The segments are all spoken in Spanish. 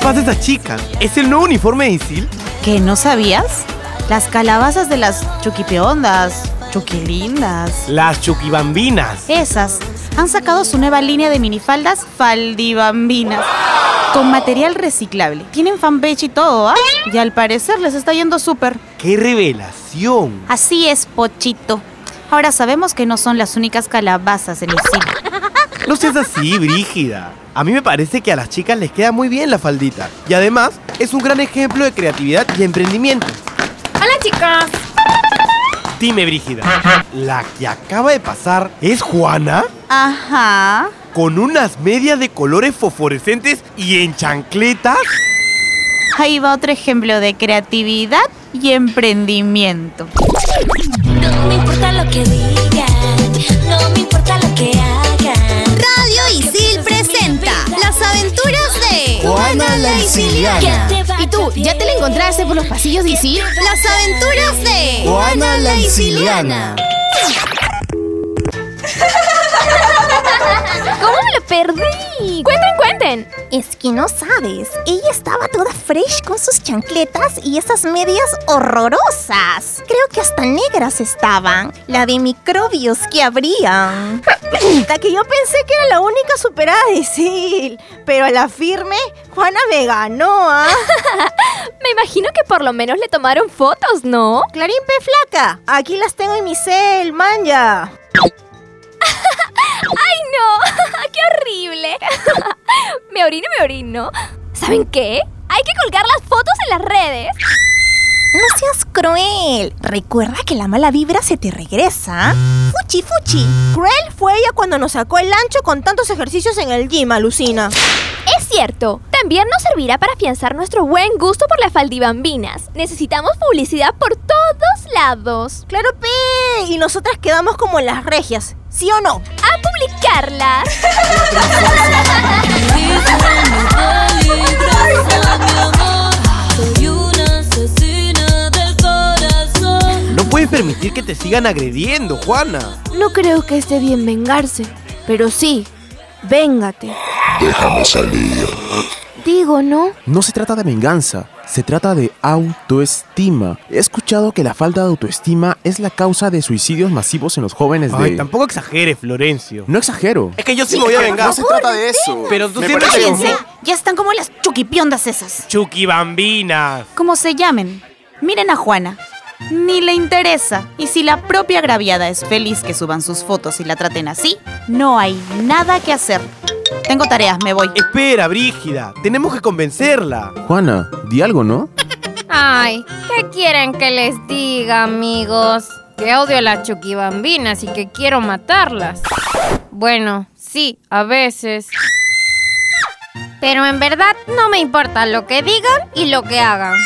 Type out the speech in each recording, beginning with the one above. pasa a estas chicas? ¿Es el nuevo uniforme de Isil? ¿Que no sabías? Las calabazas de las chuquipeondas, chuquilindas, Las chuquibambinas. esas, han sacado su nueva línea de minifaldas faldibambinas. Con material reciclable. Tienen fanpage y todo, ¿ah? Y al parecer les está yendo súper. ¡Qué revelación! Así es, Pochito. Ahora sabemos que no son las únicas calabazas en el cine. No seas así, Brígida. A mí me parece que a las chicas les queda muy bien la faldita. Y además, es un gran ejemplo de creatividad y emprendimiento. Hola chicas. Dime, Brígida, ¿la que acaba de pasar es Juana? Ajá. ¿Con unas medias de colores fosforescentes y en chancletas? Ahí va otro ejemplo de creatividad y emprendimiento. No me importa lo que digan, no me importa lo que hagan. Radio Isil presenta Las aventuras de Juana la Isiliana. Que te vaya ¿Y tú? ¿Ya te la bien. encontraste por los pasillos de Isil? Las aventuras de Juana la Isiliana. ¿Cómo me lo perdí? ¡Cuenten, cuenten! Es que no sabes. Ella estaba toda fresh con sus chancletas y esas medias horrorosas. Creo que hasta negras estaban. La de microbios que abrían. La que yo pensé que era la única superada de Sil, pero a la firme, Juana me ganó, ¿ah? Me imagino que por lo menos le tomaron fotos, ¿no? Clarín P. Flaca, aquí las tengo en mi cel, manja. ¡Ay, no! ¡Qué horrible! me orino, me orino. ¿Saben qué? Hay que colgar las fotos en las redes. No seas cruel. Recuerda que la mala vibra se te regresa. Fuchi, fuchi. Cruel fue ella cuando nos sacó el ancho con tantos ejercicios en el gym, alucina. Es cierto, también nos servirá para afianzar nuestro buen gusto por las faldibambinas. Necesitamos publicidad por todos lados. Claro, P. Y nosotras quedamos como las regias, ¿sí o no? ¡A publicarlas! Peligrosa, mi amor. Soy una asesina del corazón. No puedes permitir que te sigan agrediendo, Juana. No creo que esté bien vengarse, pero sí, véngate. Déjame salir. Digo, ¿no? No se trata de venganza, se trata de autoestima. He escuchado que la falta de autoestima es la causa de suicidios masivos en los jóvenes de... Ay, tampoco exageres, Florencio. No exagero. Es que yo sí me voy a vengar. trata de eso. Pero tú siempre te Fíjense, ya están como las chuquipiondas esas. Chuquibambinas. Como se llamen. Miren a Juana. Ni le interesa. Y si la propia agraviada es feliz que suban sus fotos y la traten así, no hay nada que hacer. Tengo tareas, me voy. Espera, Brígida. Tenemos que convencerla. Juana, di algo, ¿no? Ay, ¿qué quieren que les diga, amigos? Que odio a las chuquibambinas y que quiero matarlas. Bueno, sí, a veces. Pero en verdad no me importa lo que digan y lo que hagan.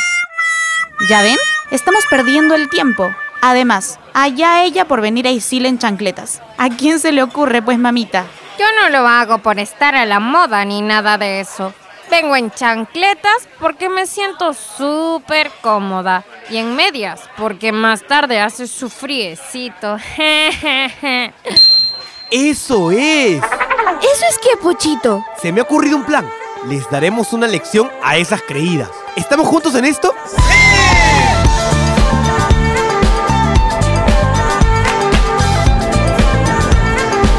¿Ya ven? Estamos perdiendo el tiempo. Además, allá ella por venir a Isil en chancletas. ¿A quién se le ocurre, pues, mamita? Yo no lo hago por estar a la moda ni nada de eso. Vengo en chancletas porque me siento súper cómoda. Y en medias porque más tarde hace su friecito. Eso es. Eso es que, Pochito. Se me ha ocurrido un plan. Les daremos una lección a esas creídas. ¿Estamos juntos en esto?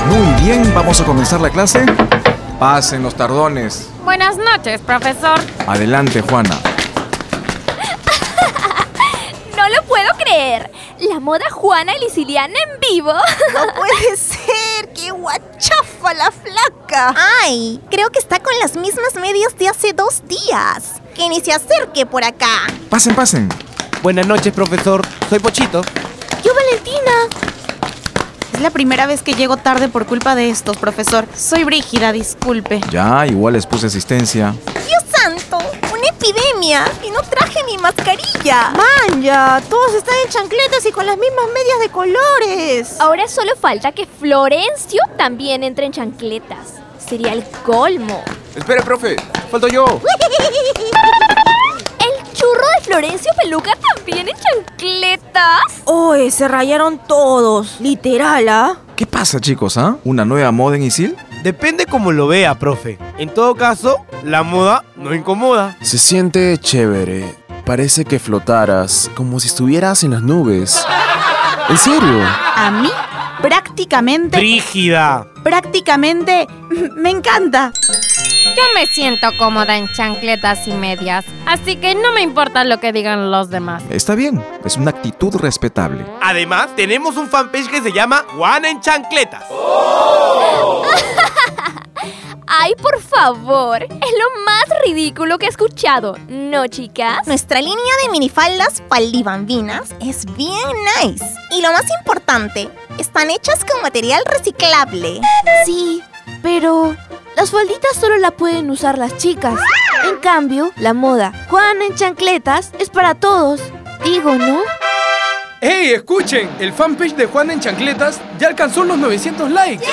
Muy bien, vamos a comenzar la clase. Pasen los tardones. Buenas noches, profesor. Adelante, Juana. No lo puedo creer. La moda Juana Lisiliana en vivo. No puede ser, qué guachafa la flaca. Ay, creo que está con las mismas medias de hace dos días. Que ni se acerque por acá. Pasen, pasen. Buenas noches, profesor. Soy Pochito. ¡Yo, Valentina! Es la primera vez que llego tarde por culpa de estos, profesor. Soy Brígida, disculpe. Ya, igual les puse asistencia. Dios santo, una epidemia. Y no traje mi mascarilla. Manja, todos están en chancletas y con las mismas medias de colores. Ahora solo falta que Florencio también entre en chancletas. Sería el colmo. Espere, profe. Falto yo. El churro de Florencio Peluca también en chancletas. Oye, se rayaron todos, literal, ¿ah? ¿Qué pasa, chicos, ah? ¿Una nueva moda en Isil? Depende cómo lo vea, profe. En todo caso, La moda no incomoda. Se siente chévere. Parece que flotaras, como si estuvieras en las nubes. ¿En serio? A mí, prácticamente. Brígida. Prácticamente. Me encanta. Yo me siento cómoda en chancletas y medias, así que no me importa lo que digan los demás. Está bien, es una actitud respetable. Además, tenemos un fanpage que se llama Juana en Chancletas. Ay, por favor, es lo más ridículo que he escuchado, ¿no, chicas? Nuestra línea de minifaldas faldibambinas es bien nice. Y lo más importante, están hechas con material reciclable. Sí, pero las falditas solo la pueden usar las chicas. En cambio, la moda Juan en chancletas es para todos. Digo, ¿no? ¡Hey, escuchen! El fanpage de Juan en Chancletas ya alcanzó los 900 likes.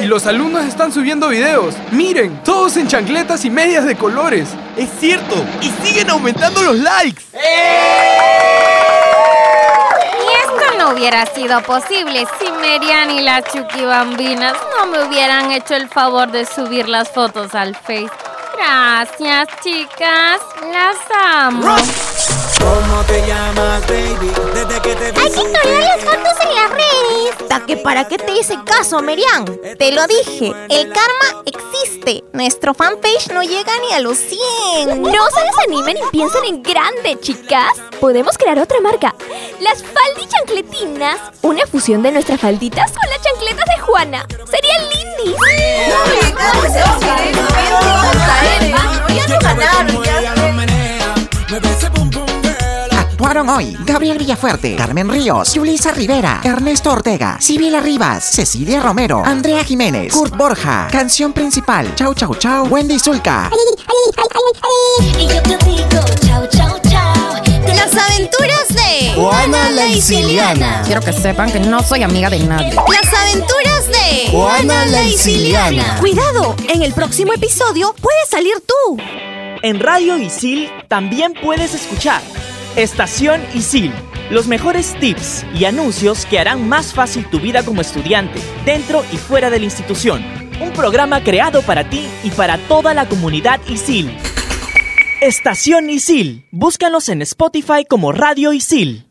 Y los alumnos están subiendo videos. Miren, todos en chancletas y medias de colores. Es cierto, y siguen aumentando los likes. Y esto no hubiera sido posible si Merian y las chuquibambinas no me hubieran hecho el favor de subir las fotos al Face. Gracias, chicas. Las amo. Hay que ignorar las fotos en las redes. Ta que para qué te hice caso, Merian. Te lo dije, el karma existe. Nuestro fanpage no llega ni a los 100. No se desanimen y piensen en grande, chicas. Podemos crear otra marca. Las faldi chancletinas. Una fusión de nuestras falditas con las chancletas de Juana. Sería Lindy. ¿eh? Actuaron hoy Gabriel Villafuerte, Carmen Ríos, Yulisa Rivera, Ernesto Ortega, Sibila Rivas, Cecilia Romero, Andrea Jiménez, Kurt Borja, canción principal, Chau Chau Chau, Wendy Zulka. Y yo te digo, chao, chao, chao. De las aventuras de Juana la Siciliana. Quiero que sepan que no soy amiga de nadie. Las aventuras de Juana la Siciliana. Cuidado, en el próximo episodio puedes salir tú. En Radio Isil también puedes escuchar Estación Isil, los mejores tips y anuncios que harán más fácil tu vida como estudiante, dentro y fuera de la institución. Un programa creado para ti y para toda la comunidad Isil. Estación Isil, búscanos en Spotify como Radio Isil.